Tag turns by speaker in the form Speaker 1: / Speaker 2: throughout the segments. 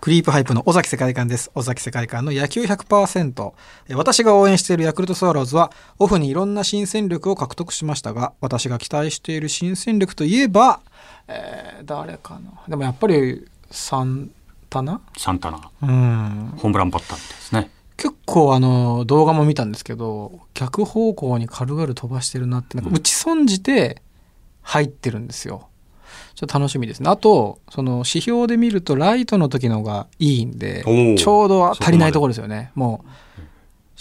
Speaker 1: クリープハイプの尾崎世界観です。尾崎世界観の野球100%。え私が応援しているヤクルトスワローズは、オフにいろんな新戦力を獲得しましたが、私が期待している新戦力といえば、えー誰かな。でもやっぱり、サンタナ
Speaker 2: サンタナ
Speaker 1: うん。
Speaker 2: ホームランバッターみたいですね
Speaker 1: 結構あの動画も見たんですけど逆方向に軽々飛ばしてるなってなんか
Speaker 2: うん
Speaker 1: 打ち損じて入ってるんですよ。ちょっと楽しみですね。あとその指標で見るとライトの時のがいいんで
Speaker 2: おー
Speaker 1: ちょうど足りない
Speaker 2: そ
Speaker 1: と
Speaker 2: こ
Speaker 1: ころですよね。もう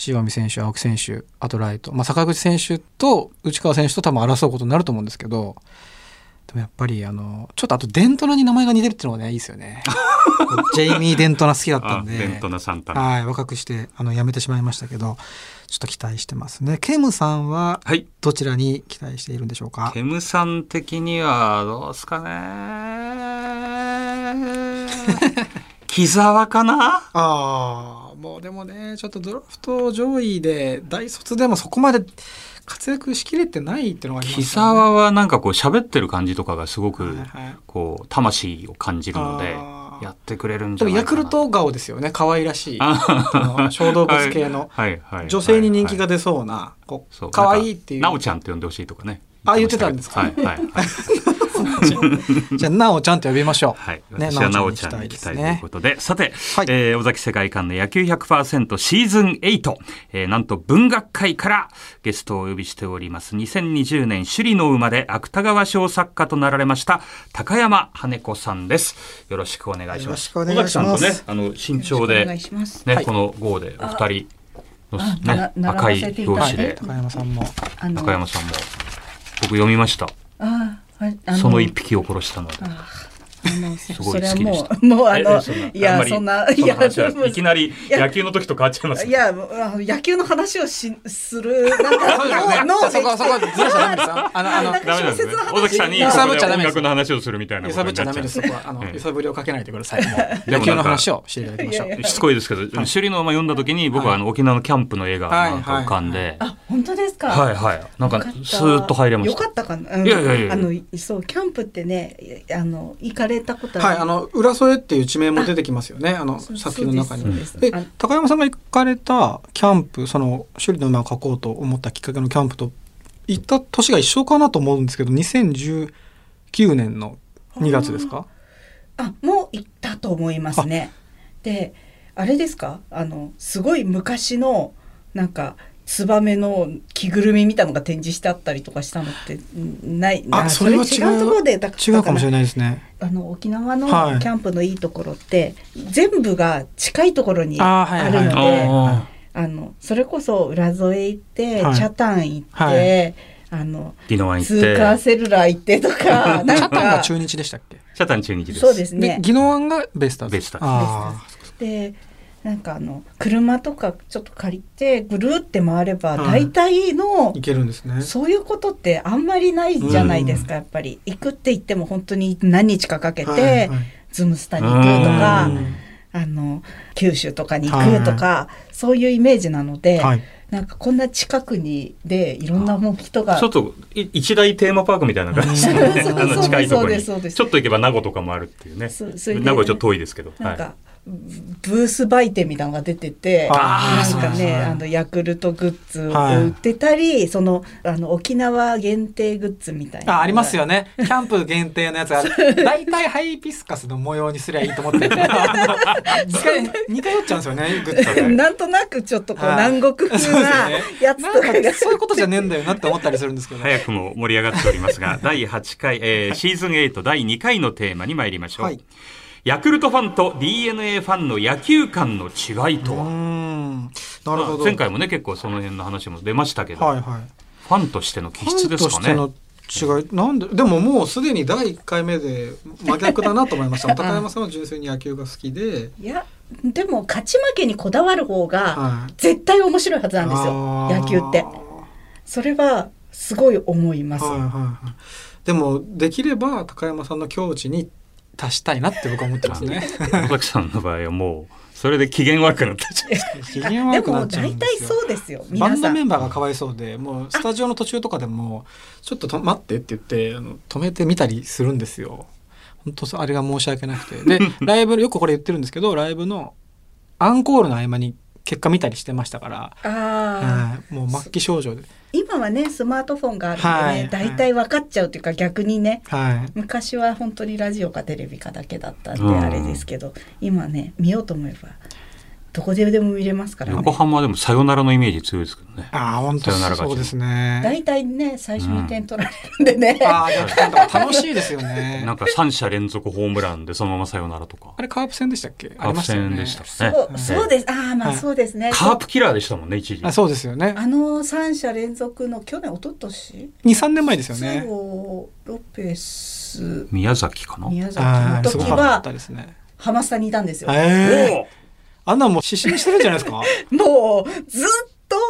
Speaker 1: 塩見選手青木選手あとライト、まあ、坂口選手と内川選手と多分争うことになると思うんですけどでもやっぱりあのちょっとあとデントナに名前が似てるっていうのがねいいですよ ね。ジェイミー・デントナ好きだった
Speaker 2: あ
Speaker 1: んで。
Speaker 2: ベントナサンタナ
Speaker 1: はい、若くしてあの辞めてしまいましたけど、ちょっと期待してますね。ケムさんは
Speaker 2: はい
Speaker 1: どちらに期待しているんでしょうか。
Speaker 2: ケムさん的にはどうです かね木沢かな
Speaker 1: ああ、もうでもね、ちょっとドラフト上位で大卒でもそこまで活躍しきれてないっていうのがあります
Speaker 2: 木沢はなんかこう喋ってる感じとかがすごく
Speaker 1: はいはい
Speaker 2: こう魂を感じるので
Speaker 1: あー
Speaker 2: やってくれるんじ
Speaker 1: で
Speaker 2: ゃ
Speaker 1: も
Speaker 2: ないかな
Speaker 1: ヤクルト顔ですよね、可愛らしい、あの小動物系の、
Speaker 2: はいはいはい
Speaker 1: 女性に人気が
Speaker 2: はい
Speaker 1: 出そうな、こう
Speaker 2: そう
Speaker 1: 可愛いっていう。
Speaker 2: なんかなおちゃんって呼んでほしいとかね
Speaker 1: あ言ってたんですか
Speaker 2: はいはいはい
Speaker 1: じゃあ、なおちゃんと呼びましょう。
Speaker 2: はい、
Speaker 1: ね
Speaker 2: 私はな
Speaker 1: なお
Speaker 2: お
Speaker 1: ち
Speaker 2: ち
Speaker 1: ゃ
Speaker 2: ゃ
Speaker 1: ん
Speaker 2: ん
Speaker 1: に行
Speaker 2: に行
Speaker 1: き
Speaker 2: き
Speaker 1: た
Speaker 2: た
Speaker 1: い
Speaker 2: い
Speaker 1: です
Speaker 2: と
Speaker 1: ね
Speaker 2: いうことで、さて、
Speaker 1: はい
Speaker 2: えー尾崎世界観の野球100%シーズン8、えーなんと文学界からゲストをお呼びしております。2020年首里の馬で芥川賞作家となられました高山羽子さんです。よろしくお願いします。
Speaker 1: よろしくお願いします
Speaker 2: 尾崎さんとね、あの身長
Speaker 3: お願い
Speaker 2: で
Speaker 3: します。
Speaker 2: ね、
Speaker 1: はい
Speaker 2: この号でお二人の
Speaker 3: あ
Speaker 2: ね、
Speaker 3: な
Speaker 2: 赤い
Speaker 3: 並ばせていた
Speaker 1: 高
Speaker 2: 表紙で
Speaker 3: だいて
Speaker 1: 山さんも。
Speaker 3: あの
Speaker 2: 高山さんも僕読みました。
Speaker 3: あはいあの
Speaker 2: その一匹を殺したので。
Speaker 3: ああのそ
Speaker 2: ごい
Speaker 3: それはも
Speaker 2: 好きで
Speaker 3: う もうあ
Speaker 2: え
Speaker 3: の
Speaker 2: そんないあん
Speaker 3: や
Speaker 2: まり
Speaker 3: そんな
Speaker 2: そ
Speaker 3: い
Speaker 2: んな
Speaker 3: や
Speaker 2: 話は
Speaker 3: でも
Speaker 2: いきなり
Speaker 3: いや
Speaker 2: 野球の時と変わっちゃいます
Speaker 3: いやもうあの野球の話をしす るなんか脳脳
Speaker 1: そこ
Speaker 3: で
Speaker 1: そこずらしちゃダメですよ。あのあの
Speaker 3: なんか
Speaker 2: ダメなんですね
Speaker 3: 小説の話
Speaker 2: 尾崎さんに
Speaker 1: 揺
Speaker 2: こ
Speaker 1: さぶ
Speaker 2: こ
Speaker 1: っちゃ
Speaker 2: で
Speaker 1: ダ
Speaker 2: 音
Speaker 1: メです
Speaker 2: 楽の話をするみたいな
Speaker 1: 揺
Speaker 2: こ
Speaker 1: さ
Speaker 2: と
Speaker 1: ぶっ
Speaker 2: に
Speaker 1: ちゃ
Speaker 2: な
Speaker 1: ダ
Speaker 2: っち
Speaker 1: メで
Speaker 2: ゃ
Speaker 1: す。そこ
Speaker 2: う
Speaker 1: は、あの、
Speaker 2: ええ
Speaker 1: 揺さぶりをかけないでください。もう
Speaker 2: で
Speaker 1: 野
Speaker 2: もなんか
Speaker 1: 球の話をしていただきましょう。
Speaker 3: いやいや
Speaker 2: しつこいですけど首里の馬読んだ時に僕はあの沖縄のキャンプの映画がなんか浮かんで
Speaker 3: あ本当ですか。
Speaker 2: はいはいなんか
Speaker 3: よった
Speaker 2: スーッと入れまし
Speaker 3: よ
Speaker 2: た
Speaker 3: かったかな。うん
Speaker 2: いやいやいや
Speaker 3: あのそうキャンプってねあの行かれたこと
Speaker 1: はい、
Speaker 3: る
Speaker 1: あの、浦添っていう地名も出てきますよね。あの、
Speaker 3: そう
Speaker 1: 作品の中
Speaker 3: そう
Speaker 1: に
Speaker 3: です。そう
Speaker 1: え
Speaker 3: ですあの、
Speaker 1: 高山さんが行かれたキャンプ、その、首里の馬を描こうと思ったきっかけのキャンプと、行った年が一緒かなと思うんですけど、2019年の2月ですか
Speaker 3: あもう行ったと思いますね。であれですかあのすごい昔のなんかツバメの着ぐるみみたいのが展示してあったりとかしたのってんない
Speaker 1: あそれは違う
Speaker 3: 違うところでだ
Speaker 1: 違うかもしれ
Speaker 3: い
Speaker 1: ないですね。
Speaker 3: あの沖縄のキ
Speaker 1: はい
Speaker 3: ャンプのいいところって、全部が近いところに
Speaker 1: あーはいは
Speaker 3: あ
Speaker 1: い
Speaker 3: るのであ,、
Speaker 2: あ
Speaker 3: のそれこそ浦添行って、
Speaker 1: はい
Speaker 3: 北谷行って、
Speaker 1: はい
Speaker 3: あの
Speaker 2: ー宜野湾行
Speaker 3: 通貨
Speaker 2: って
Speaker 3: セルラー行ってとか
Speaker 1: チ
Speaker 3: な
Speaker 1: ャ
Speaker 3: ん
Speaker 1: タンが
Speaker 3: か
Speaker 1: 中日でしたっけ
Speaker 2: シャタン中日です
Speaker 3: そうです
Speaker 1: で
Speaker 3: ね、。
Speaker 1: 宜野湾がベイスターズ。
Speaker 2: ベイスターズ
Speaker 1: あー
Speaker 3: でなんかあの車とかちょっと借りてぐるって回れば
Speaker 1: はい
Speaker 3: 大体の、
Speaker 1: 行けるんですね。
Speaker 3: そういうことってあんまりないじゃないですか、やっぱり行くって言っても本当に何日かかけて、
Speaker 1: はいはい
Speaker 3: ズムスタに行くとか
Speaker 1: うん
Speaker 3: あの九州とかに行くとか、そういうイメージなので、
Speaker 1: はい
Speaker 3: なんかこんな近くにでいろんなもう人が
Speaker 2: ちょっとい一大テーマパークみたいな感じ
Speaker 1: うん
Speaker 2: ですねあの近いとこ
Speaker 3: そう
Speaker 2: ろ
Speaker 3: で
Speaker 2: に
Speaker 3: す
Speaker 2: ち
Speaker 3: そうですそうです
Speaker 2: ょっと行けば名護とかもあるっていうね
Speaker 3: そうそれで
Speaker 2: 名護はちょっと遠いですけど
Speaker 3: なん
Speaker 2: は
Speaker 3: か、ブース売店みたいなのが出てて、
Speaker 1: あ
Speaker 3: な
Speaker 1: ー
Speaker 3: んかね、
Speaker 1: そうそう
Speaker 3: あのヤクルトグッズ
Speaker 1: はい
Speaker 3: を売ってたり、そのあの沖縄限定グッズみたいな。
Speaker 1: あ、ありますよ。ね。キャンプ限定のやつある。大体ハイビスカスの模様にすりゃいいと思ってるけ ど。あの近い似通っちゃうんですよね、グッズが。
Speaker 3: なんとなくちょっとこう
Speaker 1: はい
Speaker 3: 南国風
Speaker 1: そうです
Speaker 3: な
Speaker 1: ね
Speaker 3: やつとか
Speaker 1: なん
Speaker 3: が
Speaker 1: かそういうことじゃねえんだよなって思ったりするんですけど。
Speaker 2: 早くも盛り上がっております が第8回、えーシーズン8第2回のテーマに参りましょう、
Speaker 1: はい
Speaker 2: ヤクルトファンと d n a ファンの野球観の違いうと
Speaker 1: ー
Speaker 2: は、
Speaker 1: ん。なる
Speaker 2: ま
Speaker 1: ほ
Speaker 2: あ
Speaker 1: ど。
Speaker 2: 前回もね結構その辺の話も出ましたけど、
Speaker 1: はいはい。
Speaker 2: ファンとしての気質ですかね
Speaker 1: ファンとしての違いなんででももうすでに第1回目で真逆だなと思いました高山さんは純粋に野球が好きで、
Speaker 3: いや、でも勝ち負けにこだわる方が
Speaker 1: はい、
Speaker 3: 絶対面白いはずなんです
Speaker 1: あ
Speaker 3: よ。
Speaker 1: ー
Speaker 3: 野球って。それはすごい思います。
Speaker 1: はいはいはい。でもできれば高山さんの境地に達したいなって僕は思ってますね。
Speaker 2: 尾崎さんの場合はもうそれで機嫌悪くなってちゃう
Speaker 1: 機嫌
Speaker 3: で
Speaker 1: 悪くな
Speaker 3: も
Speaker 1: っちゃう
Speaker 3: 大
Speaker 1: んで
Speaker 3: 体
Speaker 1: すよ。
Speaker 3: そうですよ。
Speaker 1: バ
Speaker 3: 皆
Speaker 1: ンド
Speaker 3: さ
Speaker 1: メ
Speaker 3: ん。
Speaker 1: ンバーがかわいそうでもうスタジオの途中とかでもちょっとと待ってって言ってあの止めてみたりするんですよ。本当そうあれが申し訳なくて でライブよくこれ言ってるんですけどライブのアンコールの合間に結果見たりしてましたから、
Speaker 3: ああ
Speaker 1: はいもう末期症状で、
Speaker 3: 今はねスマートフォンがあるの
Speaker 1: は
Speaker 3: で
Speaker 1: い
Speaker 3: ね大体分かっちゃうっていうか逆にね
Speaker 1: はい、
Speaker 3: 昔は本当にラジオかテレビかだけだったんで
Speaker 2: うん
Speaker 3: あれですけど今ね見ようと思えばどこででも見れま すからね
Speaker 2: 横浜でもさよならのイメージ強いですけどね。
Speaker 1: ああ本当
Speaker 2: さよなら勝ち
Speaker 1: そうですね
Speaker 3: 大体ね最初に点取られるんでね、
Speaker 1: ああ逆転とか楽しいですよね
Speaker 2: なんか3者連続ホームランでそのままさよならとか
Speaker 1: あ。れカープ戦でしたっけあり
Speaker 2: カープ
Speaker 1: ましたよ
Speaker 2: 戦で
Speaker 1: ね
Speaker 2: した
Speaker 3: そ
Speaker 2: ね。
Speaker 3: うそうですああま
Speaker 1: は
Speaker 3: あ
Speaker 1: い
Speaker 3: そうですね、
Speaker 2: カープキラーでしたもんね、一時。
Speaker 1: あそうですよね
Speaker 3: あの三者連続の去年一昨年
Speaker 1: 23年前ですよね
Speaker 3: 最後ロペス
Speaker 2: 宮崎かな。
Speaker 3: 宮崎
Speaker 1: ああ
Speaker 3: の
Speaker 1: すご
Speaker 3: 時
Speaker 1: かっ
Speaker 3: は
Speaker 1: たですね
Speaker 3: 浜下にいたんですよ、
Speaker 1: ええ
Speaker 2: お
Speaker 1: あんなもう失神してるんじゃないです かはい
Speaker 3: もうずっ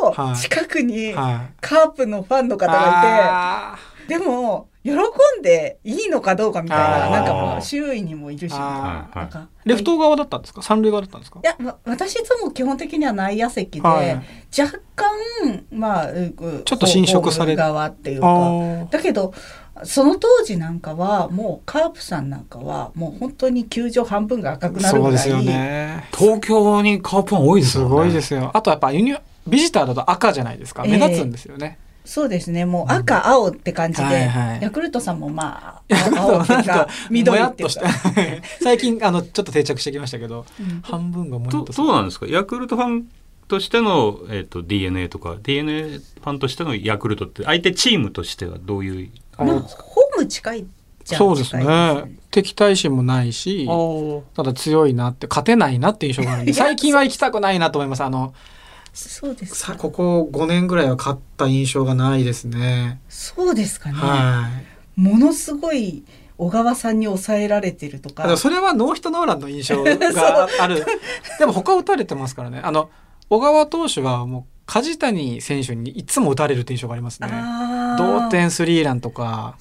Speaker 1: は
Speaker 3: と
Speaker 1: い
Speaker 3: 近くに
Speaker 1: あ
Speaker 3: カープのファンの方が
Speaker 1: あ
Speaker 3: いて、でも喜んでいいのかどうかみたい
Speaker 1: あ
Speaker 3: な
Speaker 1: ー
Speaker 3: なんかもう周囲にもいるし
Speaker 1: あ
Speaker 2: は
Speaker 3: なん
Speaker 2: いは
Speaker 3: か
Speaker 1: レフト側だったんですか三塁側だったんですか
Speaker 3: いやわ私いつも基本的には内野席で、
Speaker 1: はい
Speaker 3: 若干まあうう
Speaker 1: ちょっと侵食され
Speaker 3: ホーム側っていう
Speaker 1: あ
Speaker 3: か
Speaker 1: ー
Speaker 3: だけどその当時なんかはもうカープさんなんかはもう本当に球場半分が赤くなる
Speaker 1: そう
Speaker 3: ぐ
Speaker 1: で
Speaker 3: ら
Speaker 1: すよ
Speaker 3: い、
Speaker 1: ね
Speaker 2: い。東京にカープファン多いです
Speaker 1: す
Speaker 2: もんね。
Speaker 1: ごいですよあとやっぱ輸入ビジターだと赤じゃないですか
Speaker 3: え
Speaker 1: 目
Speaker 3: え
Speaker 1: 立つんですよね、
Speaker 3: そうですねもう赤、青って感じで、
Speaker 1: はいはい
Speaker 3: ヤクルトさんもまあ
Speaker 1: なん
Speaker 3: 青青ってい
Speaker 1: か
Speaker 3: うか
Speaker 1: も
Speaker 3: 緑
Speaker 1: や
Speaker 3: っ
Speaker 1: ってと
Speaker 3: いう
Speaker 1: し
Speaker 3: か
Speaker 1: た 最近あのちょっと定着してきましたけど
Speaker 3: うん
Speaker 1: 半分がもや
Speaker 2: ど
Speaker 1: っと
Speaker 2: どうなんですかヤクルトファンとしての、えっと DNA とか DNA ファンとしてのヤクルトって相手チームとしてはどういうあれな
Speaker 3: まあ
Speaker 2: んですか
Speaker 3: ホーム近いじゃん
Speaker 1: そうですね
Speaker 3: 近いですね
Speaker 1: 敵対心もないしただ強いなって勝てないなって印象があるんで最近は行きたくないなと思いますあの
Speaker 3: そうです
Speaker 1: さ
Speaker 3: か
Speaker 1: ここ5年ぐらいは勝った印象がないですね
Speaker 3: そうですかね、
Speaker 1: はい
Speaker 3: ものすごい小川さんに抑えられてると
Speaker 1: あでも
Speaker 3: か
Speaker 1: それはノーヒットノーランの印象 がああるでも他打たれてますからねあの小川投手はもう梶谷選手にいつも打たれるって印象がありますね
Speaker 3: あー
Speaker 1: 同、点スリーランとか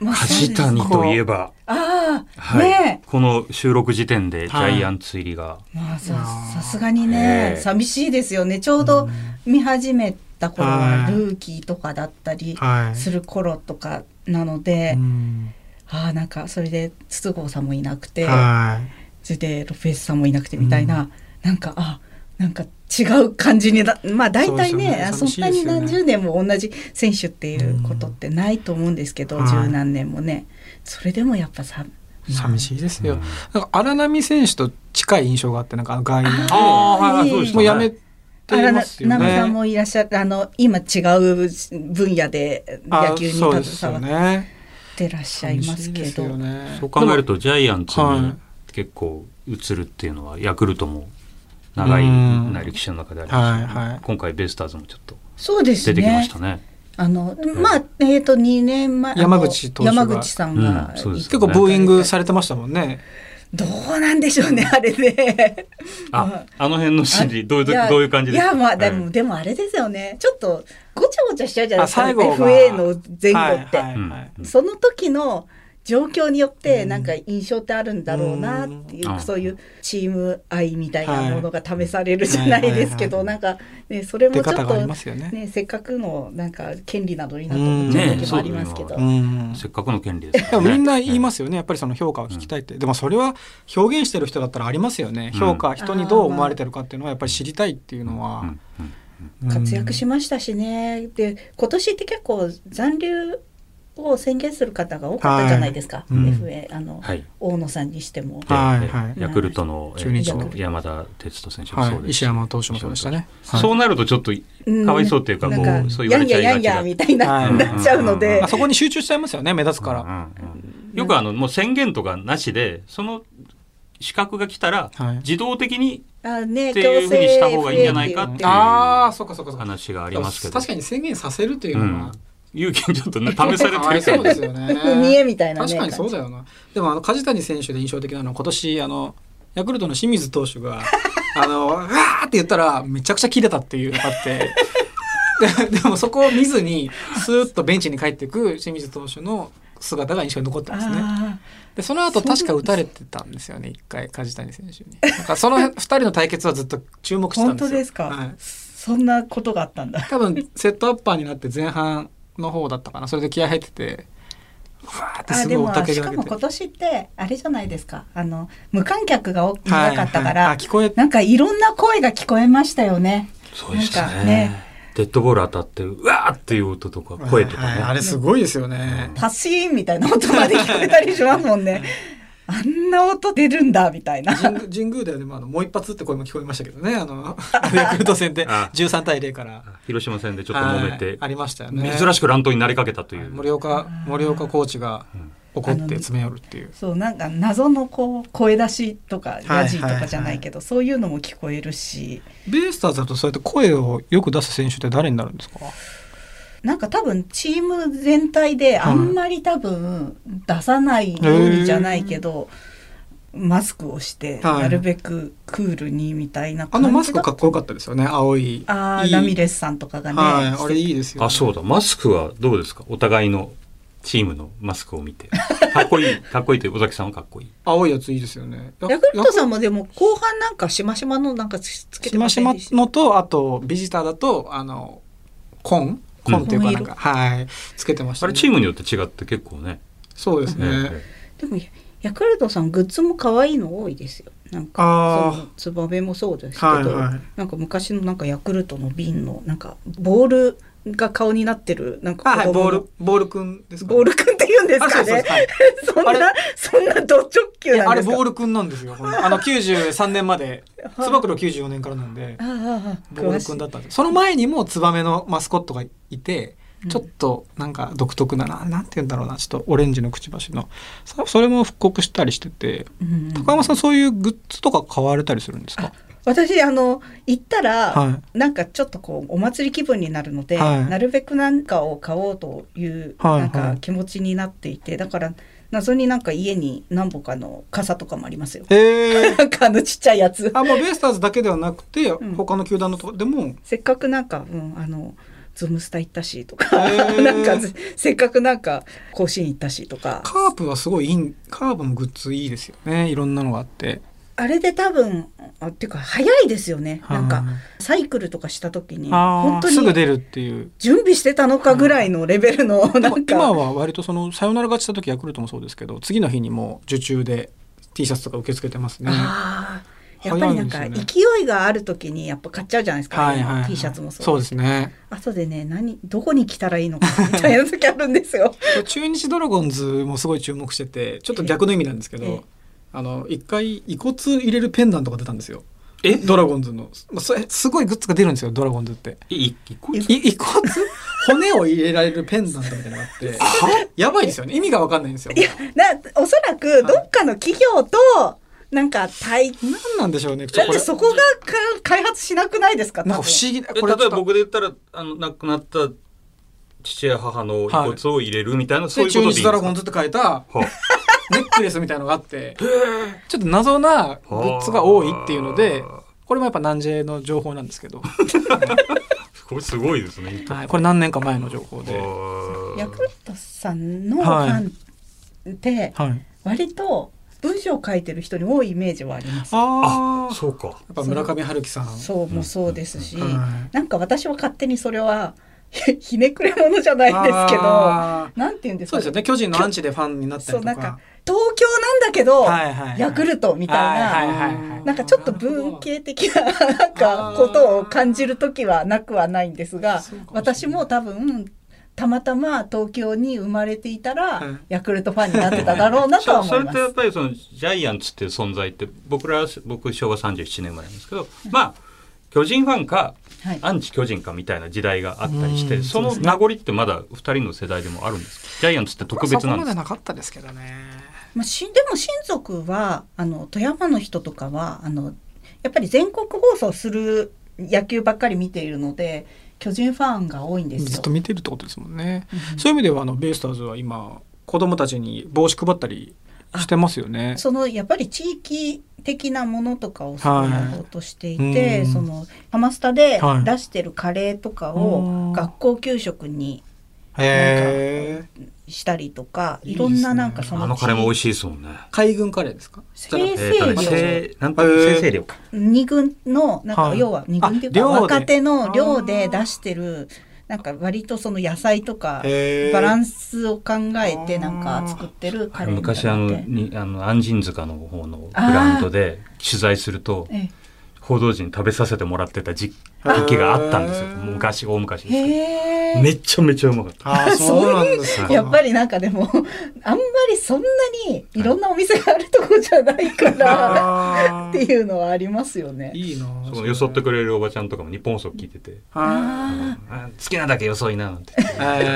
Speaker 3: まあそう
Speaker 2: 梶
Speaker 3: です
Speaker 2: 谷といえば、
Speaker 3: ああ、
Speaker 2: はい
Speaker 3: ね
Speaker 2: この収録時点でジャイアンツ入りが、
Speaker 3: えまあさ
Speaker 1: あー
Speaker 3: さすがに
Speaker 2: え
Speaker 3: ね
Speaker 2: え
Speaker 3: 寂しいですよねちょうど見始めた頃
Speaker 1: は
Speaker 3: はいルーキーとかだったり
Speaker 1: はい
Speaker 3: する頃とかなので、
Speaker 1: うん
Speaker 3: ああなんかそれで筒香さんもいなくて、
Speaker 1: はい
Speaker 3: それでロペスさんもいなくてみたいな、なんかあなんか違う感じにだまあ大体
Speaker 1: そうですよ
Speaker 3: ね
Speaker 1: ね
Speaker 3: あそ
Speaker 1: 寂しい
Speaker 3: ん
Speaker 1: です
Speaker 3: なに
Speaker 1: よね
Speaker 3: 何十年も同じ選手っていうことってないと思うんですけど、
Speaker 1: うん
Speaker 3: 十何年もねそれでもやっぱさ、
Speaker 1: 寂しいですよ、
Speaker 2: うん
Speaker 1: なんか荒波選手と近い印象があってなんかあの外野
Speaker 3: あ
Speaker 1: で
Speaker 2: ああはいはい
Speaker 3: いい
Speaker 2: そうでした、ね、
Speaker 1: もうやめて
Speaker 3: あらな
Speaker 1: ますよね
Speaker 3: 奈良さんもいらっしゃるあの今違う分野で
Speaker 1: あ
Speaker 3: 野球に
Speaker 1: そうですよ
Speaker 3: 携わっ
Speaker 1: ね
Speaker 3: てらっしゃいます
Speaker 1: 寂しで
Speaker 3: け
Speaker 1: す
Speaker 3: ど
Speaker 1: よね
Speaker 2: そう考えるとジャイアンツ
Speaker 1: は
Speaker 2: に結構移るっていうのはヤクルトも長い
Speaker 1: うん
Speaker 2: 歴史の中でありますよね
Speaker 1: はいはい
Speaker 2: 今回ベイスターズもちょっと
Speaker 3: そうです
Speaker 2: 出てきまし
Speaker 3: ね
Speaker 2: たね。
Speaker 3: あのまあえっ、と2年前あの
Speaker 1: 山口投手が
Speaker 3: 山口さんが、
Speaker 2: うんそうです
Speaker 1: 結構ブーイングされてましたもんね
Speaker 3: どうなんでしょうねあれで
Speaker 2: あ、あの辺の心理どういう
Speaker 3: や
Speaker 2: どういう感じですか。
Speaker 3: いやまあでも、
Speaker 2: はい
Speaker 3: でもあれですよねちょっとごちゃごちゃしちゃうじゃないですか
Speaker 1: あ最後が
Speaker 3: FA の前後っ
Speaker 1: は
Speaker 3: て、
Speaker 1: いはいはい
Speaker 2: うん
Speaker 3: その時の状況によって
Speaker 1: うん
Speaker 3: なんか印象ってあるんだろうなっていう、
Speaker 2: うん
Speaker 3: そういうチーム愛みたいなものが試されるじゃないですけど、
Speaker 1: はい
Speaker 3: なんか、ね、それもちょ
Speaker 1: 出
Speaker 3: っ
Speaker 1: 方があり
Speaker 3: と、
Speaker 1: ますよね
Speaker 3: ね、せっかくのなんか権利などになって思っちゃう時もありますけど、
Speaker 2: ね
Speaker 1: うん
Speaker 2: せっかくの権利です
Speaker 1: で
Speaker 2: から
Speaker 1: も
Speaker 2: ね。。
Speaker 1: みんな言いますすよねやっぱりその評価を聞きたいって、でもそれは表現してる人だったらありますよね
Speaker 2: うん
Speaker 1: 評価人にどう思われてるかっていうのはやっぱり知りたいっていうの
Speaker 2: う
Speaker 1: は
Speaker 2: ん、うん
Speaker 1: うん
Speaker 3: 活躍しましたしねで今年って結構残留を宣言する方が多かったじゃないですか、
Speaker 1: はいうん
Speaker 3: FA あの、
Speaker 2: はい。
Speaker 3: 大野さんにしても。
Speaker 1: はい
Speaker 2: で
Speaker 1: はい
Speaker 2: ヤクルトのえ
Speaker 1: 中日
Speaker 2: ー山田哲人選手もそう
Speaker 1: はい、
Speaker 2: ですし。
Speaker 1: 石山投手もそうでしたね、はい
Speaker 2: そうなるとちょっと
Speaker 3: うん
Speaker 2: かわいそうっていうか、
Speaker 3: なん
Speaker 2: こ
Speaker 3: か
Speaker 2: うそう言わ
Speaker 3: や
Speaker 2: れ
Speaker 3: ん
Speaker 2: ち
Speaker 3: や
Speaker 2: ゃい
Speaker 3: や
Speaker 2: が
Speaker 3: ん
Speaker 2: ちだ
Speaker 3: やみたいな、
Speaker 1: はい
Speaker 3: なっちゃうので
Speaker 1: あ、そこに集中しちゃいますよね目立つから、
Speaker 2: うんうんうんよくあのもう宣言とかなしでその資格が来たら
Speaker 1: はい
Speaker 2: 自動的に
Speaker 3: あね
Speaker 2: っていうふうにした方がいいんじゃないかっていう
Speaker 1: ああそっかそっかそっか
Speaker 2: 話がありますけど
Speaker 1: 確かに宣言させるという
Speaker 2: う
Speaker 1: の
Speaker 2: ん
Speaker 1: は、
Speaker 2: 勇気にちょっとね試されてる
Speaker 1: かわいそうですよね
Speaker 3: 見えみたいなね
Speaker 1: 確かにそうだよなでもあの梶谷選手で印象的なのは今年あのヤクルトの清水投手 があのうわーって言ったらめちゃくちゃ切れたっていうのがあってででもそこを見ずにスーッとベンチに帰っていく清水投手の姿が印象に残ってますね
Speaker 3: あ
Speaker 1: でその後確か打たれてたんですよね一回梶谷選手になんかその2人の対決はずっと注目
Speaker 3: ー
Speaker 1: してたん
Speaker 3: 本
Speaker 1: ですよ
Speaker 3: 当ですか、
Speaker 1: はい
Speaker 3: そんなことがあったんだ
Speaker 1: 多分セットアッパーになって前半の方だったかなそれで気合入っててわーって
Speaker 4: あ
Speaker 1: すご
Speaker 4: で
Speaker 1: いお
Speaker 4: も
Speaker 1: たけ
Speaker 4: し
Speaker 1: が
Speaker 4: か
Speaker 1: 上げ
Speaker 4: も
Speaker 1: て
Speaker 4: 今年ってあれじゃないですかあの無観客が多く
Speaker 1: は
Speaker 4: ないかったから、
Speaker 1: はいあ聞こえ
Speaker 4: なんかいろんな声が聞こえましたよね。
Speaker 2: そうでした
Speaker 4: なん
Speaker 2: ね
Speaker 4: かね
Speaker 2: デッドボール当たってうわーっていう音とか声とかね、
Speaker 1: はいあれすごいですよね、
Speaker 4: パシーンみたいな音まで聞こえたりしますもんね。あんな音出るんだみたいな。
Speaker 1: 神宮神宮ではね、まあ、あのもう一発って声も聞こえましたけどねあの ヤクルト戦で
Speaker 2: あ
Speaker 1: 13対0から
Speaker 2: 広島戦でちょっと揉め
Speaker 1: はい
Speaker 2: て、
Speaker 1: ありましたよね
Speaker 2: 珍しく乱闘になりかけたという、
Speaker 1: 森岡森岡コーチが怒って
Speaker 4: あの
Speaker 1: 詰め寄るっていう
Speaker 4: そうなんか謎のこう声出しとか
Speaker 1: い
Speaker 4: ラジとかじゃないけど、そういうのも聞こえるし
Speaker 1: ベイスターズだとそうやって声をよく出す選手って誰になるんですか
Speaker 4: なんか多分チーム全体であんまり多分出さないようにじゃないけど、マスクをして
Speaker 1: はい
Speaker 4: なるべくクールにみたいな
Speaker 1: あ
Speaker 4: 感じ
Speaker 1: の
Speaker 4: だ
Speaker 1: マスクかっこよかったですよね青い
Speaker 4: あー
Speaker 1: いい
Speaker 4: ラミレスさんとかがね、
Speaker 1: はいあれいいですよ、ね、
Speaker 2: あそうだマスクはどうですかお互いのチームのマスクを 見てかっこいいかっこいいという尾崎さんはかっこいい
Speaker 1: 青いやついいですよね
Speaker 3: ヤクルトさ
Speaker 1: ん
Speaker 3: んもでも後半なんかしましまのなんかつけて
Speaker 1: しま
Speaker 3: ま
Speaker 1: し
Speaker 3: せん
Speaker 1: ま
Speaker 3: でした
Speaker 1: のとあとビジターだとあのコンコンっていうかなんか、はいつけてました
Speaker 2: あ
Speaker 1: ね、
Speaker 2: れチームによって違って結構ね、
Speaker 1: そうですね、
Speaker 2: ええ
Speaker 3: でもヤクルトさんグッズも可愛いの多いですよなん
Speaker 1: あ
Speaker 3: か
Speaker 1: ー
Speaker 3: そのツバメもそうですけど、
Speaker 1: はいはい
Speaker 3: なんか昔のなんかヤクルトの瓶のなんかボールが顔になってるなんか
Speaker 1: はい、
Speaker 3: 子
Speaker 1: ボ
Speaker 3: 供
Speaker 1: ー
Speaker 3: の
Speaker 1: ル、ボールくんですか、
Speaker 3: ボールくんって言うんですかねそ
Speaker 1: あ
Speaker 3: ん
Speaker 1: れ
Speaker 3: なそんなド直球
Speaker 1: いや
Speaker 3: な
Speaker 1: あ
Speaker 3: ん
Speaker 1: れ
Speaker 3: ですか
Speaker 1: ボールくんなんですよ。このあの93年まで、つば九郎94年からなんで、
Speaker 3: ああああ
Speaker 1: ボールくんだったんです。その前にもツバメのマスコットがいて、ちょっとなんか独特なな、なんて言うんだろうな、ちょっとオレンジのくちばしの。そそれも復刻したりしてて、
Speaker 3: うん
Speaker 1: 高山さんそういうグッズとか買われたりするんですか
Speaker 3: 私あの行ったら、
Speaker 1: は
Speaker 3: なんかちょっとこうお祭り気分になるので、
Speaker 1: はい
Speaker 3: なるべくなんかを買おうという
Speaker 1: はい
Speaker 3: な
Speaker 1: は
Speaker 3: んか
Speaker 1: い
Speaker 3: 気持ちになっていて、だから謎になんか家に何本かの傘とかもありますよ。
Speaker 1: ええ
Speaker 3: なんかあのちっちゃいや つ。
Speaker 1: あ、もうベイスターズだけではなくて、
Speaker 3: ん
Speaker 1: 他の球団のとこでも、
Speaker 3: せっかくなんか、うん、あのズームスタ行ったしとか、
Speaker 1: へー
Speaker 3: なんかせせっかくなんか甲子園行ったしとか、
Speaker 1: カープはすごいいい、カープもグッズいいですよね。いろんなのがあって。
Speaker 3: あれで多分あっていうか早いですよね。な
Speaker 1: は
Speaker 3: んか
Speaker 1: い
Speaker 3: サイクルとかした時に
Speaker 1: あ
Speaker 3: 本
Speaker 1: ー
Speaker 3: 当
Speaker 1: すぐ
Speaker 3: に
Speaker 1: 出るっていう。
Speaker 3: 準備してたのかぐらいのレベルのなんか。
Speaker 1: 今は割とそのサヨナラ勝ちした時ヤクルトもそうですけど次の日にもう受注で T シャツとか受け付けてますね。
Speaker 3: ああやっぱりなんか
Speaker 1: 早いんで
Speaker 3: 勢いがある時にやっぱ買っちゃうじゃないですか、
Speaker 1: はいはいはい、
Speaker 3: T シャツもそう
Speaker 1: そうですね。
Speaker 3: 後でね何どこに着たらいいのかみたいな時あるんです よ
Speaker 1: 中日ドラゴンズもすごい注目しててちょっと逆の意味なんですけ
Speaker 3: ええ
Speaker 1: ど、あの一回遺骨入れるペンダントが出たんですよ。
Speaker 2: え
Speaker 1: ドラゴンズの、まあ、それすごいグッズが出るんですよドラゴンズって。
Speaker 2: いいいこ
Speaker 1: い遺骨骨を入れられるペンダントみたいなのがあ ってやばいですよね意味がわかんないんですよ。
Speaker 3: なおそらくどっかの企業となんか対
Speaker 1: 何なんでしょうね。ちょ
Speaker 3: な
Speaker 1: っ
Speaker 3: ん
Speaker 1: と
Speaker 3: で
Speaker 1: れ
Speaker 3: そこがか開発しなくないですか
Speaker 1: なん
Speaker 3: 多
Speaker 1: か
Speaker 3: 分
Speaker 1: 不思議な
Speaker 2: え
Speaker 1: こ
Speaker 2: 例
Speaker 1: れちょ
Speaker 2: えば
Speaker 1: っと
Speaker 2: 僕で言ったらあの亡くなった父や母の遺骨を入れるみたいな、そうい
Speaker 1: で
Speaker 2: うこ
Speaker 1: 中
Speaker 2: とでいいんで
Speaker 1: 日
Speaker 2: す
Speaker 1: ド
Speaker 2: か
Speaker 1: ラゴンズって書いた
Speaker 2: は
Speaker 1: ネックレスみたいのがあって、ちょっと謎なグッズが多いっていうので
Speaker 2: はあ、
Speaker 1: これもやっぱ南 J の情報なんですけ ど、
Speaker 2: あこれすごいですね。
Speaker 1: はい、これ何年か前の情報で。
Speaker 2: はあ
Speaker 3: ヤクルトさんのフ
Speaker 1: はい
Speaker 3: ァンって
Speaker 1: はい、
Speaker 3: 割と文章を書いてる人に多いイメージはあります
Speaker 1: あ
Speaker 2: あ
Speaker 1: あ、
Speaker 2: そうか。
Speaker 1: やっぱ村上春樹さん。
Speaker 3: そうもそうですし、
Speaker 1: はい
Speaker 3: なんか私は勝手にそれはひひねくれものじゃないですけど
Speaker 1: あー
Speaker 3: なんて言うんです
Speaker 1: そ
Speaker 3: か
Speaker 1: うですよね。巨人のアンチでファンになった
Speaker 3: そう
Speaker 1: り
Speaker 3: な
Speaker 1: と
Speaker 3: んか
Speaker 1: か。
Speaker 3: 東京なんだけど、
Speaker 1: はいはいはい
Speaker 3: ヤクルトみたいな、
Speaker 1: はいはいはいはい
Speaker 3: なんかちょっと文系的ななん
Speaker 1: あ
Speaker 3: か
Speaker 1: ー
Speaker 3: ことを感じる時はなくはないんですが
Speaker 1: そうかもしれない
Speaker 3: 私も多分たまたま東京に生まれていたら、
Speaker 1: うん
Speaker 3: ヤクルトファンになってただろうなとは
Speaker 2: そ そ れ
Speaker 3: 思い
Speaker 2: っ
Speaker 3: ま
Speaker 2: てやっ
Speaker 3: す。
Speaker 2: ぱりそのジャイアンツっていう存在って僕ら僕昭和37年生まれなんですけど、まあ巨人ファンか、
Speaker 3: はい
Speaker 2: アンチ巨人かみたいな時代があったりして、
Speaker 1: うん
Speaker 2: そ
Speaker 1: そう
Speaker 2: の
Speaker 1: ですね
Speaker 2: 名残ってまだ二人の世代でもあるんですか。ジャイアンツって特別
Speaker 1: そ
Speaker 2: な
Speaker 1: こま
Speaker 2: ん
Speaker 1: で
Speaker 2: で
Speaker 1: す
Speaker 2: か。
Speaker 1: なかったですけどね。
Speaker 3: まあ、しでも親族はあの富山の人とかはあのやっぱり全国放送する野球ばっかり見ているので巨人ファンが多いんですよ。
Speaker 1: ずっと見てるってことですもんね。
Speaker 3: うん
Speaker 1: そういう意味ではあのベイスターズは今子供たちに帽子配ったりしてますよね。
Speaker 3: そのやっぱり地域的なものとかをすごいやろうとしていて、
Speaker 1: はいうん
Speaker 3: そのハマスタで
Speaker 1: はい
Speaker 3: 出してるカレーとか
Speaker 1: うん
Speaker 3: を学校給食に
Speaker 1: へえ。
Speaker 3: したりとか、
Speaker 1: いい
Speaker 3: い
Speaker 1: ですね
Speaker 3: ろんななんかそ
Speaker 2: あ
Speaker 3: の
Speaker 2: のカレーも美味しいですもんね。
Speaker 1: 海軍カレーですか。
Speaker 3: 先
Speaker 2: えーとね
Speaker 3: 生
Speaker 2: せいなんと
Speaker 1: へー
Speaker 2: 生成量か。
Speaker 3: 二軍のなん
Speaker 1: は
Speaker 3: か
Speaker 1: い
Speaker 3: 要は二軍っていうか
Speaker 1: あ寮で
Speaker 3: 若手の寮で出してるなんか割とその野菜とか
Speaker 1: へー
Speaker 3: バランスを考えてなんか作ってるカレーみたい
Speaker 5: 昔
Speaker 3: な
Speaker 5: あ
Speaker 3: の
Speaker 5: の
Speaker 3: で
Speaker 5: にあの安心塚の方のブランドで取材すると
Speaker 3: え
Speaker 5: 報道陣に食べさせてもらってた時
Speaker 1: あ
Speaker 5: 時期があったんですよ
Speaker 1: へー
Speaker 5: 昔大昔で
Speaker 3: え
Speaker 5: すけ
Speaker 3: へ
Speaker 5: ど
Speaker 3: え
Speaker 5: めちゃめちゃうまかった
Speaker 1: ああ、そうなんです か。
Speaker 3: やっぱりなんかでも あんまりそんなにいろんなお店があるとこじゃないから
Speaker 1: あ
Speaker 3: って
Speaker 1: ー
Speaker 3: いうのはありますよね。
Speaker 1: いいなあ。
Speaker 5: そのよそってくれるおばちゃんとかも日本放送聞いてて
Speaker 1: は
Speaker 5: あ好きなだけよそいななんて
Speaker 1: い。え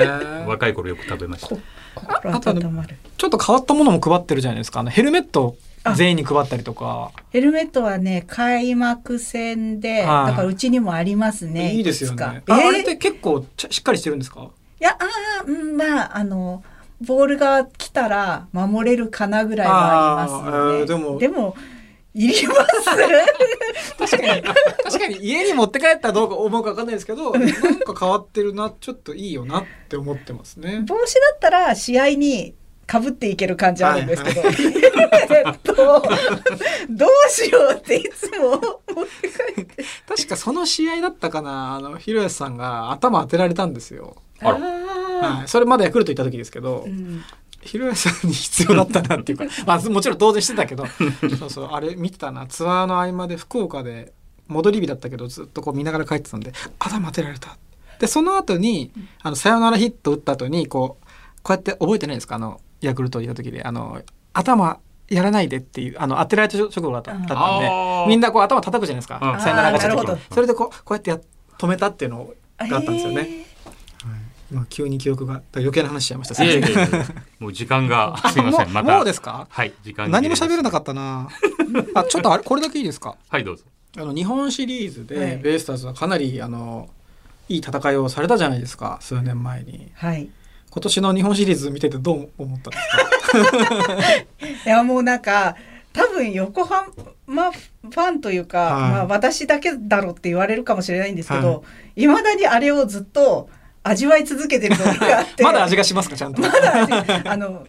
Speaker 1: ー
Speaker 5: 若い頃よく食べました
Speaker 3: 心
Speaker 1: あとあの
Speaker 3: 温まる
Speaker 1: ちょっと変わったものも配ってるじゃないですか。あのヘルメット全員に配ったりとか。
Speaker 3: ヘルメットはね開幕戦で、
Speaker 1: はい
Speaker 3: だからうちにもありますね。
Speaker 1: いいですよ
Speaker 3: くつか
Speaker 1: ね。
Speaker 3: え
Speaker 1: あ
Speaker 3: ー
Speaker 1: あれって結構ちゃしっかりしてるんですか。
Speaker 3: いやあーうんまああのボールが来たら守れるかなぐらいはありますよね。
Speaker 1: あーえーでも
Speaker 3: でもいります
Speaker 1: 確かに確かに家に持って帰ったらどうか思うかわかんないですけど、なんか変わってるな、ちょっといいよなって思ってますね。
Speaker 3: 帽子だったら試合にかぶっていける感じあるんですけど、えっとどうしようっていつも持って帰って
Speaker 1: 確かその試合だったかな、あの広瀬さんが頭当てられたんですよ。
Speaker 5: あら
Speaker 1: はい、それまだヤクルト行った時ですけど、
Speaker 3: うん
Speaker 1: 広瀬さんに必要だったな っていうかまあもちろん当然してたけどそうそうあれ見てたなツアーの合間で福岡で戻り日だったけどずっとこう見ながら帰ってたんで頭当てられたでその後にあのサヨナラヒット打った後にこうこうやって覚えてないですかあのヤクルト行った時であの頭やらないでっていうあの当てられた直後だっただったんで
Speaker 5: あー
Speaker 1: みんなこう頭叩くじゃないです
Speaker 5: う
Speaker 1: か
Speaker 5: ん
Speaker 1: サヨナラ勝ちの
Speaker 3: あーな
Speaker 1: 時
Speaker 3: る
Speaker 1: にそれでこうこうやってや止めたっていうのがあったんですよね。まあ急に記憶がだから余計な話しちゃいました。すい
Speaker 5: い
Speaker 1: ま
Speaker 5: や
Speaker 1: せ
Speaker 5: い
Speaker 1: ん
Speaker 5: やいやもう時間がすいませんま
Speaker 1: もう
Speaker 5: た
Speaker 1: もうですか
Speaker 5: はい時間
Speaker 1: 何も喋れな
Speaker 5: かっ
Speaker 1: かったな あちょっとあれこれだけいいですか
Speaker 5: たはいどうぞ
Speaker 1: あの日本シリーズ
Speaker 3: は
Speaker 1: で
Speaker 3: い
Speaker 1: ベイスターズはかなりあのいい戦いをされたじゃないですか数年前に
Speaker 3: はい
Speaker 1: 今年の日本シリーズ見ててどう思ったんです
Speaker 3: いやもうなんか多分横浜ファンというか、
Speaker 1: はい
Speaker 3: まあ、私だけだろうって言われるかもしれないんですけ
Speaker 1: は
Speaker 3: どいま、未だにあれをずっと味わい続けてるのがあって
Speaker 1: か まだ味がしますかちゃんと
Speaker 3: まだ味あのう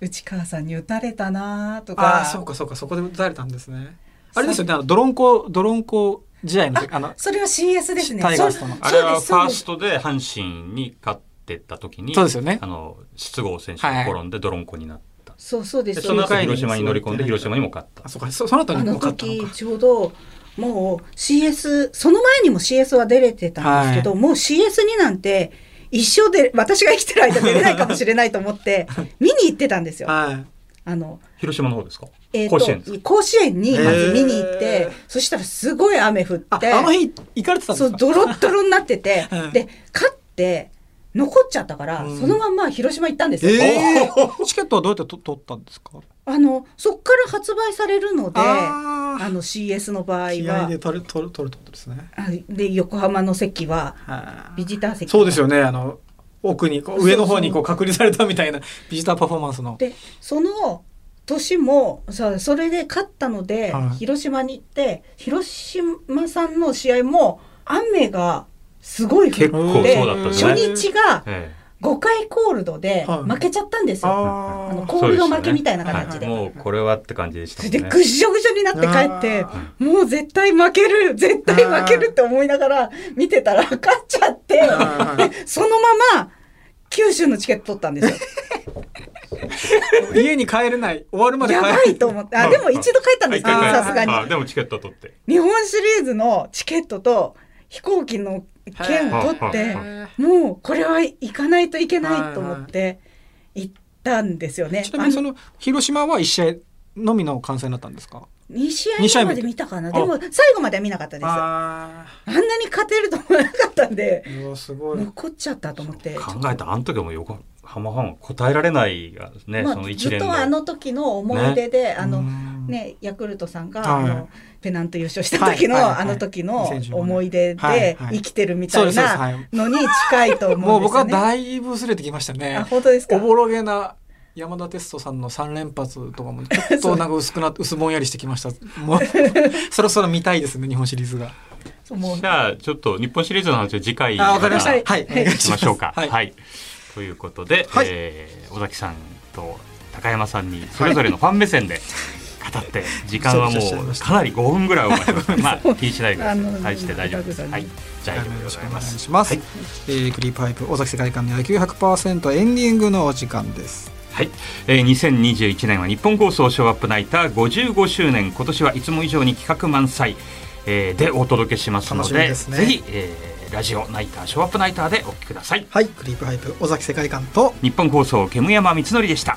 Speaker 3: 内川さんに打たれたなとか
Speaker 1: ああそうかそうかそこで打たれたんですねあれですよねあのドロンコドロンコ試合の時あの
Speaker 3: それは CS ですね
Speaker 1: タイガースとの
Speaker 5: あれは
Speaker 3: そう
Speaker 5: ファー
Speaker 3: です
Speaker 5: ストで阪神に勝ってった時に
Speaker 1: そうですよね
Speaker 5: あの筒香選手が転んでドロンコになった、
Speaker 3: そうそうで
Speaker 5: ですその後広島に乗り込んで広島にも勝った
Speaker 1: あそうかそその後
Speaker 3: あ
Speaker 1: に
Speaker 3: の
Speaker 1: も勝ったの
Speaker 3: 時
Speaker 1: か
Speaker 3: ちょうどもう CS その前にも CS は出れてたんですけど、もう CS になんて一生で私が生きてる間出れないかもしれないと思って 見に行ってたんですよ。
Speaker 1: はい
Speaker 3: あの
Speaker 5: 広島の方ですか、
Speaker 3: えー
Speaker 5: 甲子園ですか
Speaker 3: と甲子園にまず見に行っ
Speaker 1: へ
Speaker 3: て
Speaker 1: ー
Speaker 3: そしたらすごい雨降っ
Speaker 1: あ
Speaker 3: て
Speaker 1: あの日行かれてたんで
Speaker 3: そう
Speaker 1: すか、
Speaker 3: ドロッドロになってて
Speaker 1: うん
Speaker 3: で勝って残っちゃったから、
Speaker 1: うん
Speaker 3: そのまんま広島行ったんですよ。
Speaker 1: えー、チケットはどうやってと取ったんですか
Speaker 3: あのそっから発売されるのであ
Speaker 1: あー
Speaker 3: の CS の場合
Speaker 1: 試合
Speaker 3: は
Speaker 1: で取る取る取るってことですね。
Speaker 3: あで横浜の席は
Speaker 1: は
Speaker 3: ビジター席
Speaker 1: そうですよね。あの奥にこう上の方にこう隔離されたみたい なビジターパフォーマンスの。
Speaker 3: でその年もさそれで勝ったので、
Speaker 1: はい
Speaker 3: 広島に行って広島さんの試合も雨がすごい降って
Speaker 5: 結構そうだったんです
Speaker 3: 初
Speaker 5: ね
Speaker 3: 日が
Speaker 5: ええ
Speaker 3: 5回コールドで
Speaker 1: はい
Speaker 3: 負けちゃったんですよ、
Speaker 1: あ
Speaker 3: あの
Speaker 1: ー
Speaker 3: コールド負けみたいな
Speaker 5: そうで
Speaker 3: 形で。
Speaker 5: すよねはいもうこれはって感じでし
Speaker 3: そ
Speaker 5: たも
Speaker 3: れ
Speaker 5: ん
Speaker 3: で
Speaker 5: ね
Speaker 3: ぐっしょぐしょになって帰って
Speaker 1: あ
Speaker 3: もう絶対負ける絶対負けるって思いながら見てたら勝っちゃって
Speaker 1: あー
Speaker 3: でそのまま九州のチケット取ったんですよ。
Speaker 1: 家に帰れない終わるまで帰
Speaker 3: や
Speaker 1: れな
Speaker 3: ばいと思ってあでも一度帰ったんですけど
Speaker 1: あ
Speaker 3: さすがに
Speaker 5: あでもチケット取って
Speaker 3: 日本シリーズのチケットと飛行機の券を取っ
Speaker 5: はい
Speaker 3: て
Speaker 5: は
Speaker 3: もうこれは行かないといけないと思って行ったんですよね。
Speaker 1: ちなみにその広島は一試合のみの観戦だったんですか。
Speaker 3: 2試
Speaker 1: 二試合
Speaker 3: 合
Speaker 1: 目
Speaker 3: まで見たかなでも最後までは見なかったですあ
Speaker 1: あ
Speaker 3: んなに勝てると思わなかったんで
Speaker 1: あ、うわすごい。
Speaker 3: 残っちゃったと思って
Speaker 5: 考えたあの時はもう横浜ファンは答えられないがね、
Speaker 3: ま
Speaker 5: その
Speaker 3: あ、
Speaker 5: 一
Speaker 3: ずっ
Speaker 5: 連の
Speaker 3: とあの時の思い出で、あ
Speaker 1: う
Speaker 3: の
Speaker 1: ん
Speaker 3: ね、ヤクルトさんが、
Speaker 1: はい
Speaker 3: あのペナント優勝した時の、
Speaker 1: はいはいはい
Speaker 3: あの時の
Speaker 1: 2015年
Speaker 3: 思い出
Speaker 1: はい
Speaker 3: で
Speaker 1: はい
Speaker 3: 生きてるみ
Speaker 1: そ
Speaker 3: た
Speaker 1: うで
Speaker 3: い
Speaker 1: すそうですは
Speaker 3: ないのに近いと思
Speaker 1: も
Speaker 3: う
Speaker 1: うん
Speaker 3: で
Speaker 1: 僕
Speaker 3: すよ
Speaker 1: は
Speaker 3: ね。
Speaker 1: だいぶ薄れてきました
Speaker 3: あ
Speaker 1: ね。
Speaker 3: 本当ですか
Speaker 1: おぼろげな山田哲人さんの三連発とかもちょっとなんか薄くな って薄ぼんやりしてきました。もう そろそろ見たいですね日本シリーズが。
Speaker 3: そうもう
Speaker 5: じゃあちょっと日本シリーズの話を次回
Speaker 1: あわかりました。はい
Speaker 5: 行
Speaker 1: はいお願い
Speaker 5: き
Speaker 1: し
Speaker 5: ま
Speaker 1: ま
Speaker 5: しょうか。
Speaker 1: す
Speaker 5: はい、
Speaker 1: はい。
Speaker 5: ということで、
Speaker 1: はい
Speaker 5: えー尾崎さんと高山さんにそれぞれのファン目線で
Speaker 2: 語って時間はもうかなり5分ぐらいお待ちしてますまあ気にしないでくださ
Speaker 4: あの
Speaker 2: い大して大丈夫です
Speaker 4: あの
Speaker 2: はいじゃあ以上で
Speaker 1: よ
Speaker 2: ご
Speaker 1: ろし
Speaker 2: ざ
Speaker 1: く
Speaker 2: い
Speaker 1: お
Speaker 2: ま
Speaker 1: 願い
Speaker 2: す
Speaker 1: します。
Speaker 2: はい
Speaker 1: えー、クリーパイプ尾崎世界観の野球100%エンディングのお時間です。
Speaker 2: はい、えー、2021年は日本放送ショーアップナイター55周年今年はいつも以上に企画満載、えーでお届けしますの
Speaker 1: 楽し
Speaker 2: で
Speaker 1: みですね
Speaker 2: ぜひ、えーラジオナイターショーアップナイターでお聞きください
Speaker 1: はい、クリープハイプ尾崎世界観と
Speaker 2: 日本放送煙山光則でした